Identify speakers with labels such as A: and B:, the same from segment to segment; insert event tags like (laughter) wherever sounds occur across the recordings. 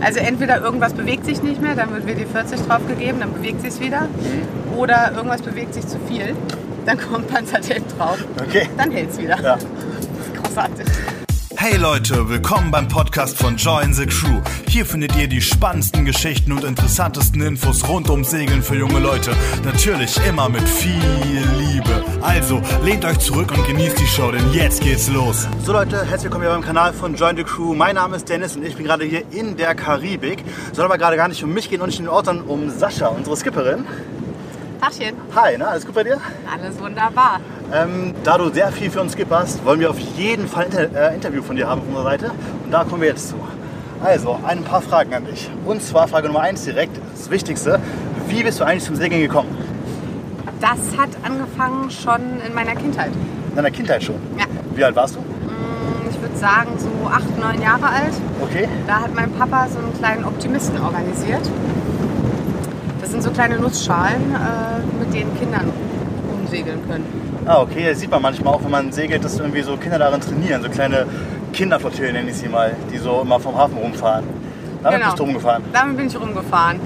A: Also entweder irgendwas bewegt sich nicht mehr, dann wird WD40 draufgegeben, dann bewegt sich wieder.
B: Mhm.
A: Oder irgendwas bewegt sich zu viel, dann kommt Panzertape drauf,
B: Okay.
A: dann hält's wieder.
B: Ja.
A: Großartig.
C: Hey Leute, willkommen beim Podcast von Join the Crew. Hier findet ihr die spannendsten Geschichten und interessantesten Infos rund um Segeln für junge Leute. Natürlich immer mit viel Liebe. Also lehnt euch zurück und genießt die Show, denn jetzt geht's los.
B: So Leute, herzlich willkommen hier beim Kanal von Join the Crew. Mein Name ist Dennis und ich bin gerade hier in der Karibik. Soll aber gerade gar nicht um mich gehen und nicht um den Ort, sondern um Sascha, unsere Skipperin.
A: Tachchen,
B: Hi, ne? alles gut bei dir?
A: alles wunderbar.
B: Ähm, da du sehr viel für uns skipperst, wollen wir auf jeden Fall ein Inter äh, Interview von dir haben auf unserer Seite. Und da kommen wir jetzt zu. Also, ein paar Fragen an dich. Und zwar Frage Nummer eins direkt, das Wichtigste. Wie bist du eigentlich zum Segeln gekommen?
A: Das hat angefangen schon in meiner Kindheit.
B: In deiner Kindheit schon.
A: Ja.
B: Wie alt warst du?
A: Ich würde sagen, so acht, neun Jahre alt.
B: Okay.
A: Da hat mein Papa so einen kleinen Optimisten organisiert. Das sind so kleine Nussschalen, äh, mit denen Kindern umsegeln können.
B: Ah, okay, das sieht man manchmal auch, wenn man segelt, dass irgendwie so Kinder darin trainieren. So kleine Kinderflottillen nenne ich sie mal, die so immer vom Hafen rumfahren. Damit
A: Genau.
B: bist du rumgefahren.
A: Damit bin ich rumgefahren.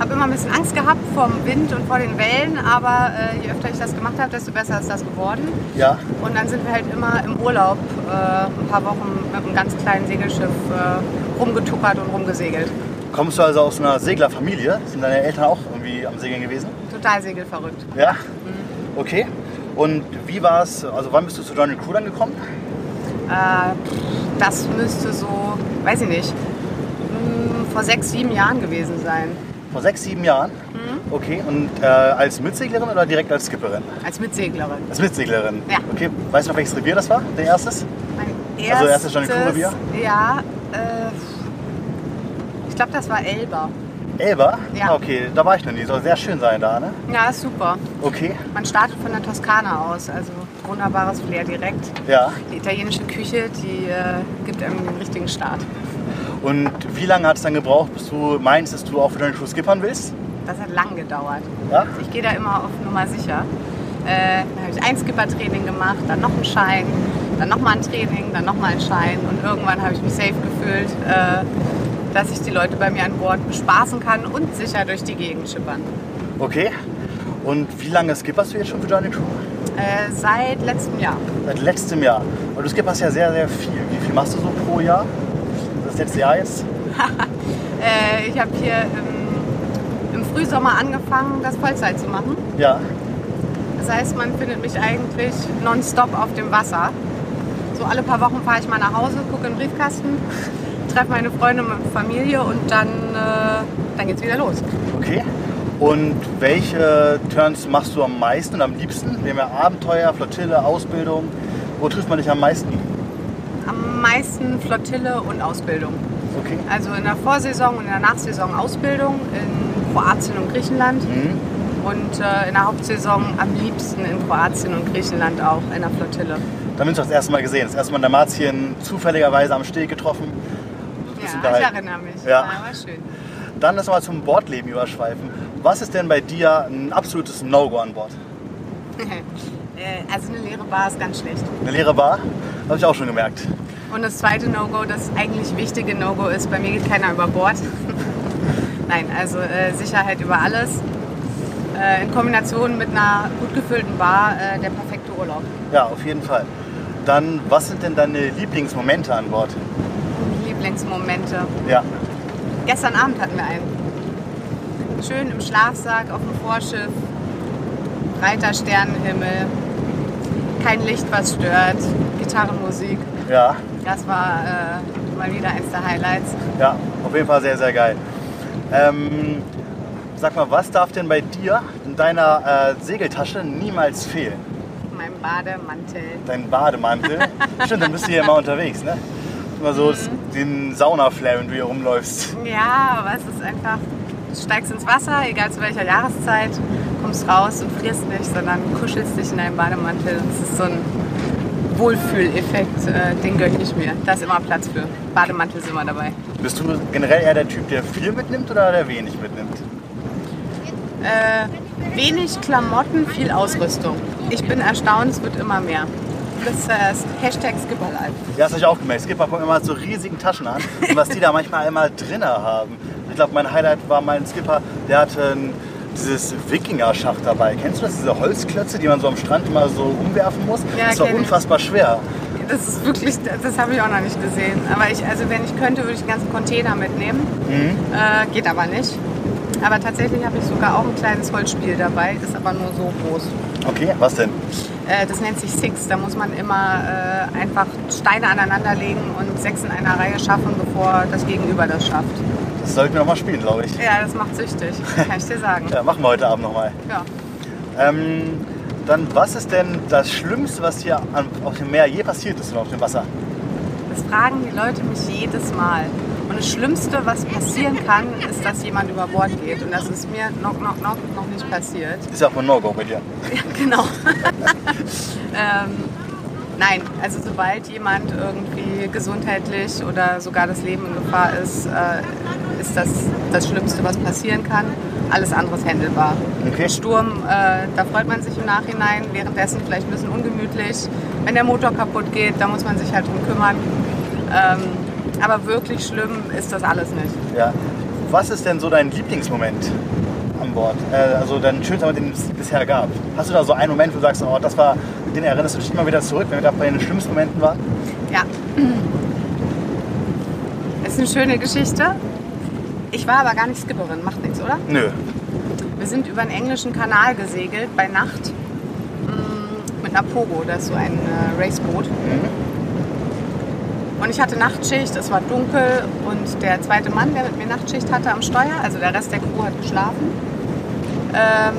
A: Habe immer ein bisschen Angst gehabt vom Wind und vor den Wellen, aber äh, je öfter ich das gemacht habe, desto besser ist das geworden.
B: Ja.
A: Und dann sind wir halt immer im Urlaub äh, ein paar Wochen mit einem ganz kleinen Segelschiff äh, rumgetuckert und rumgesegelt.
B: Kommst du also aus einer Seglerfamilie? Sind deine Eltern auch irgendwie am Segeln gewesen?
A: Total segelverrückt.
B: Ja.
A: Mhm.
B: Okay. Und wie war es, also wann bist du zu Johnny Crew dann gekommen?
A: Äh, das müsste so, weiß ich nicht, mh, vor sechs, sieben Jahren gewesen sein.
B: Vor sechs, sieben Jahren?
A: Mhm.
B: Okay. Und äh, als Mitseglerin oder direkt als Skipperin?
A: Als Mitseglerin.
B: Als Mitseglerin.
A: Ja.
B: Okay. Weißt du noch, welches Revier das war? Der erstes?
A: Mein
B: Also erstes Johnny Kruger
A: Ja, äh, ich glaube, das war Elba.
B: Elba?
A: Ja.
B: Ah, Okay, da war ich noch nie. Soll sehr schön sein da, ne?
A: Ja, ist super.
B: Okay.
A: Man startet von der Toskana aus, also wunderbares Flair direkt.
B: Ja.
A: Die italienische Küche, die äh, gibt einem den richtigen Start.
B: Und wie lange hat es dann gebraucht, bis du meinst, dass du auch für deine Crew skippern willst?
A: Das hat lang gedauert. Also
B: Ja?
A: Ich gehe da immer auf Nummer sicher. Äh, dann habe ich ein Skipper-Training gemacht, dann noch einen Schein, dann nochmal ein Training, dann nochmal einen Schein. Und irgendwann habe ich mich safe gefühlt, äh, dass ich die Leute bei mir an Bord bespaßen kann und sicher durch die Gegend schippern.
B: Okay. Und wie lange skipperst du jetzt schon für deine Crew?
A: Äh, seit letztem Jahr.
B: Seit letztem Jahr. Und du skipperst ja sehr, sehr viel. Wie viel machst du so pro Jahr? Das letzte Jahr jetzt?
A: Äh, ich habe hier ähm, im, im Frühsommer angefangen, das Vollzeit zu machen.
B: Ja.
A: Das heißt, man findet mich eigentlich nonstop auf dem Wasser. So alle paar Wochen fahre ich mal nach Hause, gucke in den Briefkasten, (laughs) treffe meine Freunde und Familie und dann, äh, dann geht's wieder los.
B: Okay. Und welche Turns machst du am meisten und am liebsten? Wir haben ja Abenteuer, Flottille, Ausbildung. Wo trifft man dich am meisten?
A: Am meisten Flottille und Ausbildung.
B: Okay.
A: Also in der Vorsaison und in der Nachsaison Ausbildung in Kroatien und Griechenland. Und äh, in der Hauptsaison am liebsten in Kroatien und Griechenland auch in der Flottille.
B: Da haben wir uns das erste Mal gesehen. Das erste Mal in Dalmatien zufälligerweise am Steg getroffen. bisschen
A: Ja, ich
B: unterhalten.
A: erinnere mich.
B: Ja.
A: war schön. (laughs)
B: Dann lass uns mal zum Bordleben überschweifen. Was ist denn bei dir ein absolutes No-Go an Bord?
A: Äh, also eine leere Bar ist ganz schlecht.
B: Eine leere Bar? Habe ich auch schon gemerkt.
A: Und das zweite No-Go, das eigentlich wichtige No-Go ist, bei mir geht keiner über Bord. (laughs) Nein, also äh, Sicherheit über alles. Äh, in Kombination mit einer gut gefüllten Bar, äh, der perfekte Urlaub.
B: Ja, auf jeden Fall. Dann, was sind denn deine Lieblingsmomente an Bord?
A: Lieblingsmomente.
B: Ja.
A: Gestern Abend hatten wir einen. Schön im Schlafsack, auf dem Vorschiff, breiter Sternenhimmel, kein Licht, was stört, Gitarrenmusik.
B: Ja,
A: Das war äh, mal wieder eins der Highlights.
B: ja, auf jeden Fall sehr, sehr geil. Ähm, sag mal, was darf denn bei dir in deiner äh, Segeltasche niemals fehlen?
A: Mein Bademantel.
B: Dein
A: (laughs)
B: Bademantel. Stimmt, dann bist du hier immer unterwegs, ne? Immer so
A: Mhm.
B: das- den Sauna-Flair, wenn du hier rumläufst.
A: Ja, aber es ist einfach, du steigst ins Wasser, egal zu welcher Jahreszeit, kommst raus und frierst nicht, sondern kuschelst dich in deinen Bademantel. Das ist so ein Wohlfühleffekt, äh, den gönne ich mir. Da ist immer Platz für. Bademantel sind immer dabei.
B: Bist du generell eher der Typ, der viel mitnimmt oder der wenig mitnimmt?
A: Äh, wenig Klamotten, viel Ausrüstung. Ich bin erstaunt, es wird immer mehr. des äh, Hashtags Skipperlife.
B: Ja, das habe ich auch gemerkt. Skipper kommt immer mit so riesigen
A: (laughs)
B: Taschen an. Und was die da manchmal einmal drin haben. Ich glaube, mein Highlight war mein Skipper, der hatte ein, dieses Wikinger-Schach dabei. Kennst du das? Diese Holzklötze, die man so am Strand immer so umwerfen muss?
A: Ja,
B: das war
A: kenn ich.
B: unfassbar schwer.
A: Das ist wirklich, das habe ich auch noch nicht gesehen. Aber ich, also wenn ich könnte, würde ich einen ganzen Container mitnehmen. Äh, geht aber nicht. Aber tatsächlich habe ich sogar auch ein kleines Holzspiel dabei, ist aber nur so groß.
B: Okay, was denn?
A: Äh, das nennt sich Six. Da muss man immer äh, einfach Steine aneinander legen und sechs in einer Reihe schaffen, bevor das Gegenüber das schafft.
B: Das sollten wir nochmal spielen, glaube ich.
A: Ja, das macht süchtig, kann ich dir sagen.
B: Ja, machen wir heute Abend nochmal.
A: Ja.
B: Ähm, dann, was ist denn das Schlimmste, was hier an, auf dem Meer je passiert ist oder auf dem Wasser?
A: Das fragen die Leute mich jedes Mal. Und das Schlimmste, was passieren kann, ist, dass jemand über Bord geht. Und das ist mir knock, knock, knock noch nicht passiert.
B: Ist ja auch ein No-Go bei dir.
A: Genau. (laughs) ähm, nein, also sobald jemand irgendwie gesundheitlich oder sogar das Leben in Gefahr ist, äh, ist das das Schlimmste, was passieren kann. Alles andere ist handelbar.
B: Okay.
A: Sturm, äh, da freut man sich im Nachhinein, währenddessen vielleicht ein bisschen ungemütlich. Wenn der Motor kaputt geht, da muss man sich halt drum kümmern. Ähm, aber wirklich schlimm ist das alles nicht.
B: Ja. Was ist denn so dein Lieblingsmoment an Bord? Äh, also dein schönster Moment, den es bisher gab. Hast du da so einen Moment, wo du sagst, oh, das war, den erinnerst du dich immer wieder zurück, wenn wir da bei den schlimmsten Momenten waren?
A: Ja. (clears throat) Ist eine schöne Geschichte. Ich war aber gar nicht Skipperin, macht nichts, oder?
B: Nö.
A: Wir sind über den englischen Kanal gesegelt bei Nacht mm, mit einer Pogo, das ist so ein äh, Raceboot. Und ich hatte Nachtschicht, es war dunkel und der zweite Mann, der mit mir Nachtschicht hatte am Steuer, also der Rest der Crew hat geschlafen, ähm,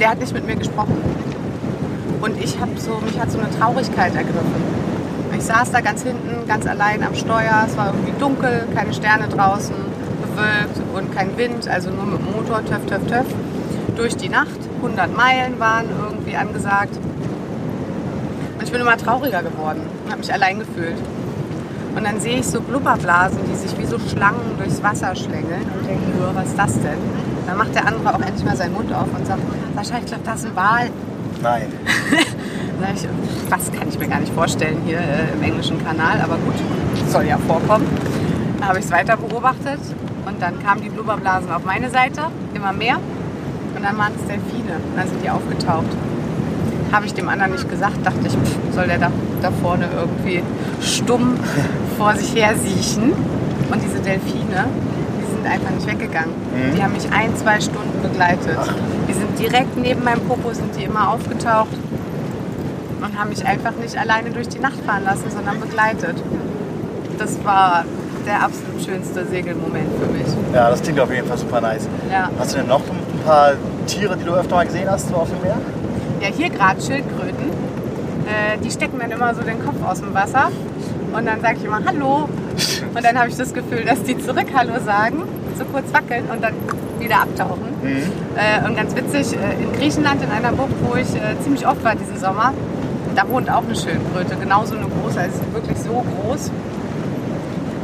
A: der hat nicht mit mir gesprochen. Und ich habe so, mich hat so eine Traurigkeit ergriffen. Ich saß da ganz hinten, ganz allein am Steuer. Es war irgendwie dunkel, keine Sterne draußen, bewölkt und kein Wind, also nur mit dem Motor, töff, töff, töff. Durch die Nacht, 100 Meilen waren irgendwie angesagt. Und ich bin immer trauriger geworden, habe mich allein gefühlt. Und dann sehe ich so Blubberblasen, die sich wie so Schlangen durchs Wasser schlängeln und denke nur, was ist das denn? Dann macht der andere auch endlich mal seinen Mund auf und sagt, Sascha, ich glaube, das ist ein Wal. (laughs)
B: Nein.
A: Sag ich, das kann ich mir gar nicht vorstellen hier äh, im englischen Kanal, aber gut, soll ja vorkommen. Dann habe ich es weiter beobachtet und dann kamen die Blubberblasen auf meine Seite, immer mehr. Und dann waren es Delfine, und dann sind die aufgetaucht. Habe ich dem anderen nicht gesagt, dachte ich, pff, soll der da, da vorne irgendwie stumm vor sich her siechen. Und diese Delfine, die sind einfach nicht weggegangen. Die haben mich ein, zwei Stunden begleitet. Die sind direkt neben meinem Popo, sind die immer aufgetaucht und haben mich einfach nicht alleine durch die Nacht fahren lassen, sondern begleitet. Das war der absolut schönste Segelmoment für mich.
B: Ja, das klingt auf jeden Fall super nice.
A: Ja.
B: Hast du denn noch ein paar Tiere, die du öfter mal gesehen hast so auf dem Meer?
A: Ja, hier gerade Schildkröten, äh, die stecken dann immer so den Kopf aus dem Wasser und dann sage ich immer Hallo. Und dann habe ich das Gefühl, dass die zurück Hallo sagen, so kurz wackeln und dann wieder abtauchen. Äh, und ganz witzig, äh, in Griechenland in einer Bucht, wo ich äh, ziemlich oft war diesen Sommer, da wohnt auch eine Schildkröte, genauso eine große, also wirklich so groß.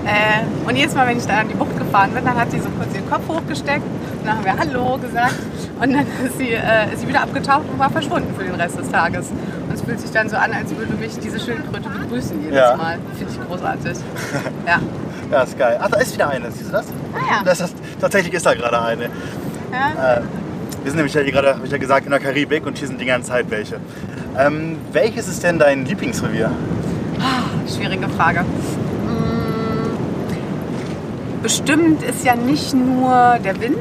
A: Äh, und jedes Mal, wenn ich dann an die Bucht gefahren bin, dann hat sie so kurz ihren Kopf hochgesteckt und dann haben wir Hallo gesagt und dann (laughs) ist sie, äh, ist sie wieder abgetaucht und war verschwunden für den Rest des Tages. Und es fühlt sich dann so an, als würde mich diese Schildkröte begrüßen jedes
B: Ja.
A: Mal. Finde ich großartig. ja.
B: Ja, ist geil. Ach, da ist wieder eine, siehst du das?
A: Ah ja.
B: das ist, tatsächlich ist da gerade eine.
A: ja.
B: Wir sind nämlich ja hier gerade, habe ich ja gesagt, in der Karibik und hier sind die ganze Zeit welche. Ähm, welches ist denn dein Lieblingsrevier?
A: Schwierige Frage. Mm, Bestimmt ist ja nicht nur der Wind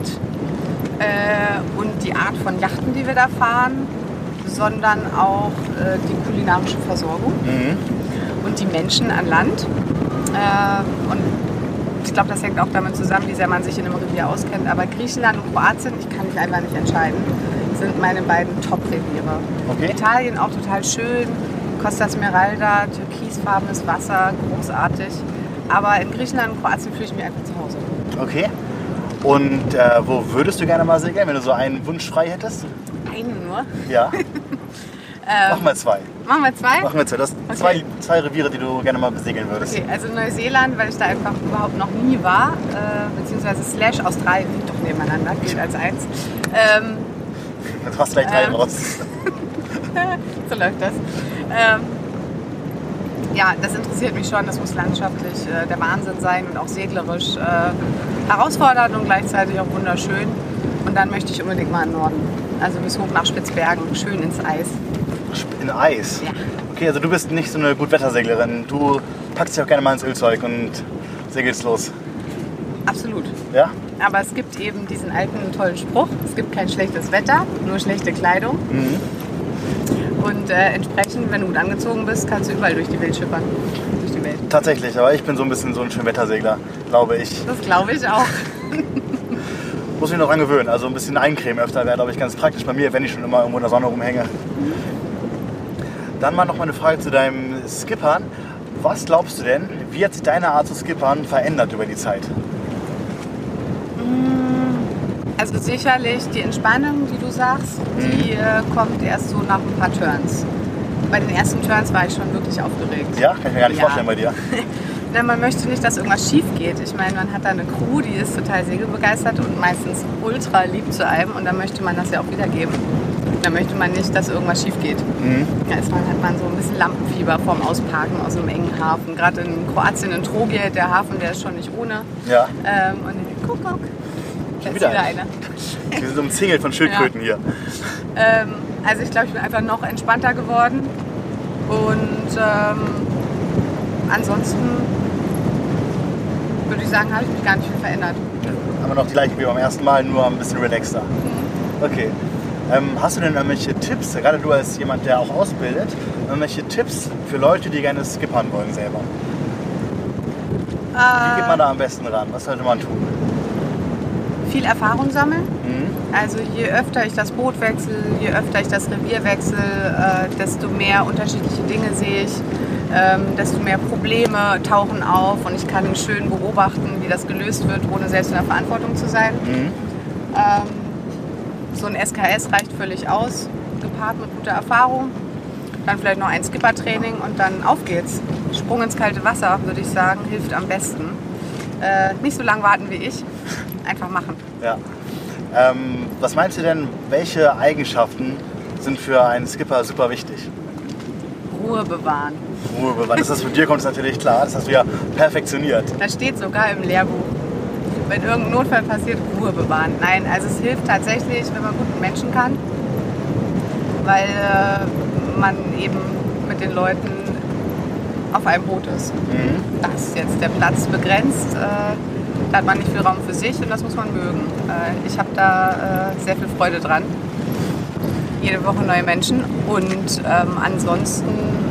A: äh, und die Art von Yachten, die wir da fahren, sondern auch äh, die kulinarische Versorgung und die Menschen an Land. Äh, und ich glaube, das hängt auch damit zusammen, wie sehr man sich in einem Revier auskennt. Aber Griechenland und Kroatien, ich kann mich einfach nicht entscheiden, sind meine beiden Top-Reviere.
B: Okay.
A: Italien auch total schön, Costa Smeralda, türkisfarbenes Wasser, großartig. Aber in Griechenland und Kroatien fühle ich mich einfach zu Hause.
B: Okay. Und äh, wo würdest du gerne mal segeln, wenn du so einen Wunsch frei hättest?
A: Einen nur. (laughs)
B: Ja. Machen wir zwei.
A: Machen wir
B: (laughs)
A: zwei?
B: Machen wir zwei. Das
A: Ähm. (laughs) Okay.
B: zwei, zwei Reviere, die du gerne mal besegeln würdest.
A: Okay, also Neuseeland, weil ich da einfach überhaupt noch nie war, äh, beziehungsweise Slash Australien liegt doch nebeneinander, gilt als eins. Ähm,
B: Das passt gleich drei
A: Ähm.
B: raus.
A: so läuft das. Ähm, ja, das interessiert mich schon. Das muss landschaftlich äh, der Wahnsinn sein und auch seglerisch äh, herausfordernd und gleichzeitig auch wunderschön. Und dann möchte ich unbedingt mal in den Norden. Also bis hoch nach Spitzbergen, schön ins Eis.
B: In Eis.
A: Ja.
B: Okay, also du bist nicht so eine Gutwetterseglerin. Du packst dich auch gerne mal ins Ölzeug und segelst los.
A: Absolut.
B: Ja?
A: Aber es gibt eben diesen alten tollen Spruch, es gibt kein schlechtes Wetter, nur schlechte Kleidung.
B: Mhm.
A: Und äh, entsprechend, wenn du gut angezogen bist, kannst du überall durch die Welt schippern. Durch die Welt.
B: Tatsächlich, aber ich bin so ein bisschen so ein Schönwettersegler, glaube ich.
A: Das glaube ich auch.
B: Muss mich noch dran gewöhnen. Also ein bisschen eincremen öfter wäre, glaube ich, ganz praktisch bei mir, wenn ich schon immer irgendwo in der Sonne rumhänge. Dann mal noch mal eine Frage zu deinem Skippern. Was glaubst du denn, wie hat sich deine Art zu skippern verändert über die Zeit?
A: Also sicherlich die Entspannung, die du sagst, die
B: Mhm.
A: äh, kommt erst so nach ein paar Turns. Bei den ersten Turns war ich schon wirklich aufgeregt.
B: Ja, kann ich mir gar nicht
A: Ja.
B: vorstellen bei dir.
A: Denn man möchte nicht, dass irgendwas schief geht. Ich meine, man hat da eine Crew, die ist total segelbegeistert und meistens ultra lieb zu einem und dann möchte man das ja auch wiedergeben. Da möchte man nicht, dass irgendwas schief geht. Da ist man, hat man so ein bisschen Lampenfieber vorm Ausparken aus einem engen Hafen. Gerade in Kroatien, in Trogir, der Hafen, der ist schon nicht ohne.
B: Ja,
A: Ähm, und dann, guck, guck, da ist
B: wieder
A: wieder
B: eine.
A: eine.
B: wir sind so umzingelt von Schildkröten hier.
A: Ähm, also ich glaube, ich bin einfach noch entspannter geworden. Und ähm, ansonsten würde ich sagen, habe ich mich gar nicht viel verändert.
B: Aber noch die gleiche wie beim ersten Mal, nur ein bisschen relaxter. Okay. Ähm, hast du denn irgendwelche Tipps, gerade du als jemand, der auch ausbildet, irgendwelche Tipps für Leute, die gerne skippern wollen selber? Wie geht man da am besten ran? Was sollte man tun?
A: Viel Erfahrung sammeln.
B: Mhm.
A: Also je öfter ich das Boot wechsle, je öfter ich das Revier wechsle, äh, desto mehr unterschiedliche Dinge sehe ich, ähm, desto mehr Probleme tauchen auf und ich kann schön beobachten, wie das gelöst wird, ohne selbst in der Verantwortung zu sein.
B: Mhm.
A: Ähm, so ein SKS reicht völlig aus, gepaart mit guter Erfahrung. Dann vielleicht noch ein Skippertraining und dann auf geht's. Sprung ins kalte Wasser, würde ich sagen, hilft am besten. Äh, nicht so lange warten wie ich, einfach machen.
B: Ja. Ähm, was meinst du denn, welche Eigenschaften sind für einen Skipper super wichtig?
A: Ruhe bewahren.
B: Ruhe bewahren. Dass das von dir kommt, ist natürlich klar. Das hast du ja perfektioniert.
A: Das steht sogar im Lehrbuch. Wenn irgendein Notfall passiert, Ruhe bewahren. Nein, also es hilft tatsächlich, wenn man gut mit Menschen kann, weil äh, man eben mit den Leuten auf einem Boot ist. Das ist jetzt der Platz begrenzt. Äh, da hat man nicht viel Raum für sich und das muss man mögen. Äh, ich habe da äh, sehr viel Freude dran. Jede Woche neue Menschen und ähm, ansonsten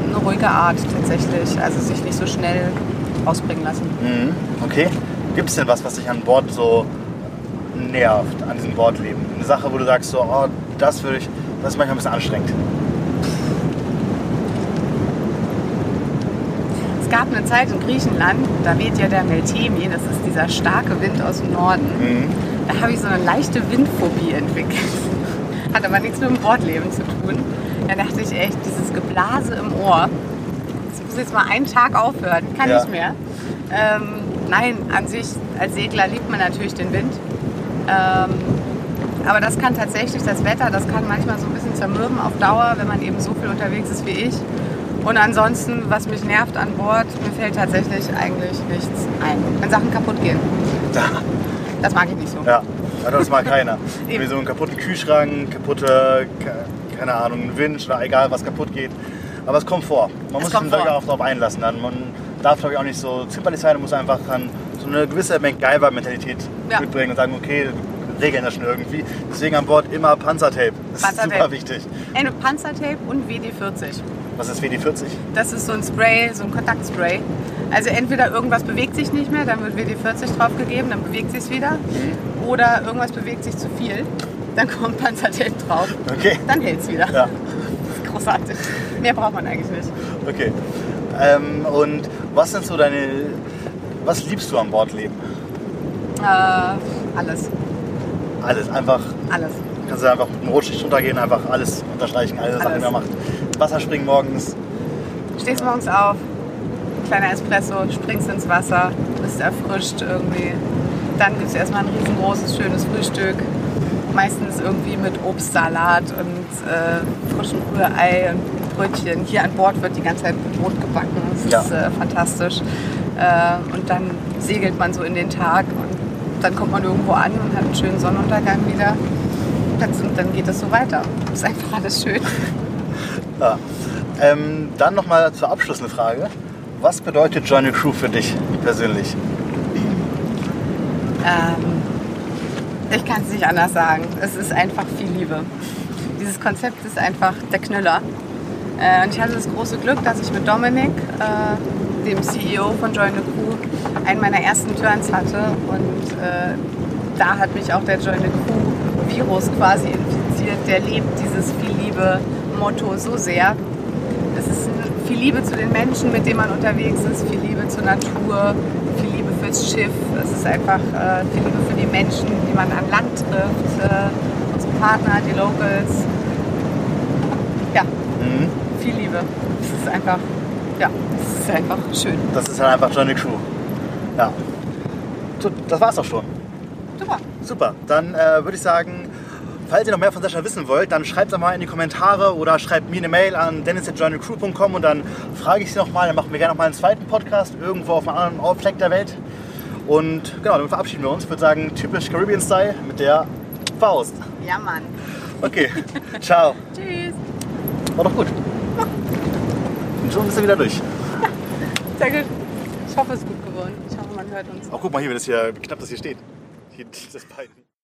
A: eine ruhige Art tatsächlich. Also sich nicht so schnell rausbringen lassen.
B: Mhm. Okay. Gibt es denn was, was dich an Bord so nervt, an diesem Bordleben? Eine Sache, wo du sagst, so, oh, das würde ich, das ist manchmal ein bisschen anstrengend.
A: Es gab eine Zeit in Griechenland, da weht ja der Meltemi, das ist dieser starke Wind aus dem Norden. Da habe ich so eine leichte Windphobie entwickelt. Hat aber nichts mit dem Wortleben zu tun. Da dachte ich echt, dieses Geblase im Ohr, das muss jetzt mal einen Tag aufhören, kann
B: Ja.
A: nicht mehr. Ähm, nein, an sich, als Segler liebt man natürlich den Wind. Ähm, aber das kann tatsächlich das Wetter, das kann manchmal so ein bisschen zermürben auf Dauer, wenn man eben so viel unterwegs ist wie ich. Und ansonsten, was mich nervt an Bord, mir fällt tatsächlich eigentlich nichts ein. Wenn Sachen kaputt gehen, das mag ich nicht so.
B: Ja, also das mag keiner.
A: Eben.
B: Wie so einen kaputten Kühlschrank, kaputte, ke- keine Ahnung, ein Winch oder egal, was kaputt geht. Aber es kommt vor. Man muss sich
A: kommt
B: dann wirklich
A: vor.
B: auch darauf einlassen. Dann. Man darf, glaube ich, auch nicht so zimperlich sein. Man muss einfach dann so eine gewisse MacGyver-Mentalität
A: Ja.
B: mitbringen und sagen, okay, wir regeln das schon irgendwie. Deswegen an Bord immer Panzertape. Das ist
A: Panzertape.
B: super wichtig.
A: Ende Panzertape und WD-40.
B: Was ist WD-40?
A: Das ist so ein Spray, so ein Kontaktspray. Also entweder irgendwas bewegt sich nicht mehr, dann wird WD-40 draufgegeben, dann bewegt sich wieder.
B: Mhm.
A: Oder irgendwas bewegt sich zu viel, dann kommt Panzertape drauf,
B: Okay.
A: dann hält's wieder. Das
B: Ja.
A: ist großartig. Mehr braucht man eigentlich nicht.
B: Okay. Ähm, und was sind so deine. Was liebst du am Bordleben?
A: Äh, alles,
B: Alles einfach
A: alles.
B: kannst du einfach mit dem Rotschicht runtergehen, einfach alles unterstreichen, alle Sachen, die man macht. Wasserspringen morgens,
A: Stehst morgens auf, kleiner Espresso, springst ins Wasser, bist erfrischt irgendwie. Dann gibt es erstmal ein riesengroßes, schönes Frühstück. meistens irgendwie mit Obstsalat und äh, frischem Rührei und Brötchen. Hier an Bord wird die ganze Zeit Brot gebacken. Das
B: Ja.
A: ist äh, fantastisch. Äh, und dann segelt man so in den Tag und dann kommt man irgendwo an und hat einen schönen Sonnenuntergang wieder. Das, und dann geht es so weiter. Ist einfach alles schön.
B: Ja. Ähm, dann nochmal zur Abschluss eine Frage. Was bedeutet Join the Crew für dich persönlich?
A: Ähm, ich kann es nicht anders sagen. Es ist einfach viel Liebe. Dieses Konzept ist einfach der Knüller. Äh, und ich hatte das große Glück, dass ich mit Dominik, äh, dem CEO von Join the Crew, einen meiner ersten Turns hatte. Und äh, da hat mich auch der Join the Crew Virus quasi infiziert. Der lebt dieses viel Liebe Motto so sehr. Es ist ein- viel Liebe zu den Menschen, mit denen man unterwegs ist, viel Liebe zur Natur, viel Liebe fürs Schiff. Es ist einfach äh, viel Liebe für die Menschen, die man an Land trifft, äh, unsere Partner, die Locals. Ja,
B: Mhm.
A: viel Liebe. Es ist einfach, ja, es ist einfach schön.
B: Das ist halt einfach Join the Crew. Ja. So, Das war's auch schon.
A: Super.
B: Super, dann äh, würde ich sagen, falls ihr noch mehr von Sascha wissen wollt, dann schreibt es mal in die Kommentare oder schreibt mir eine Mail an dennis.journalcrew.com und dann frage ich sie nochmal, dann machen wir gerne nochmal einen zweiten Podcast irgendwo auf einem anderen Ort- Fleck der Welt. Und genau, dann verabschieden wir uns. Ich würde sagen, typisch Caribbean-Style mit der Faust.
A: Ja, Mann.
B: Okay, ciao.
A: Tschüss.
B: War doch gut. Und schon bist du wieder durch.
A: Sehr gut. Ich hoffe, es ist gut geworden. Ich hoffe, man hört uns.
B: Oh, Auch guck mal hier, wie das hier, wie knapp das hier steht. Hier, das Bein.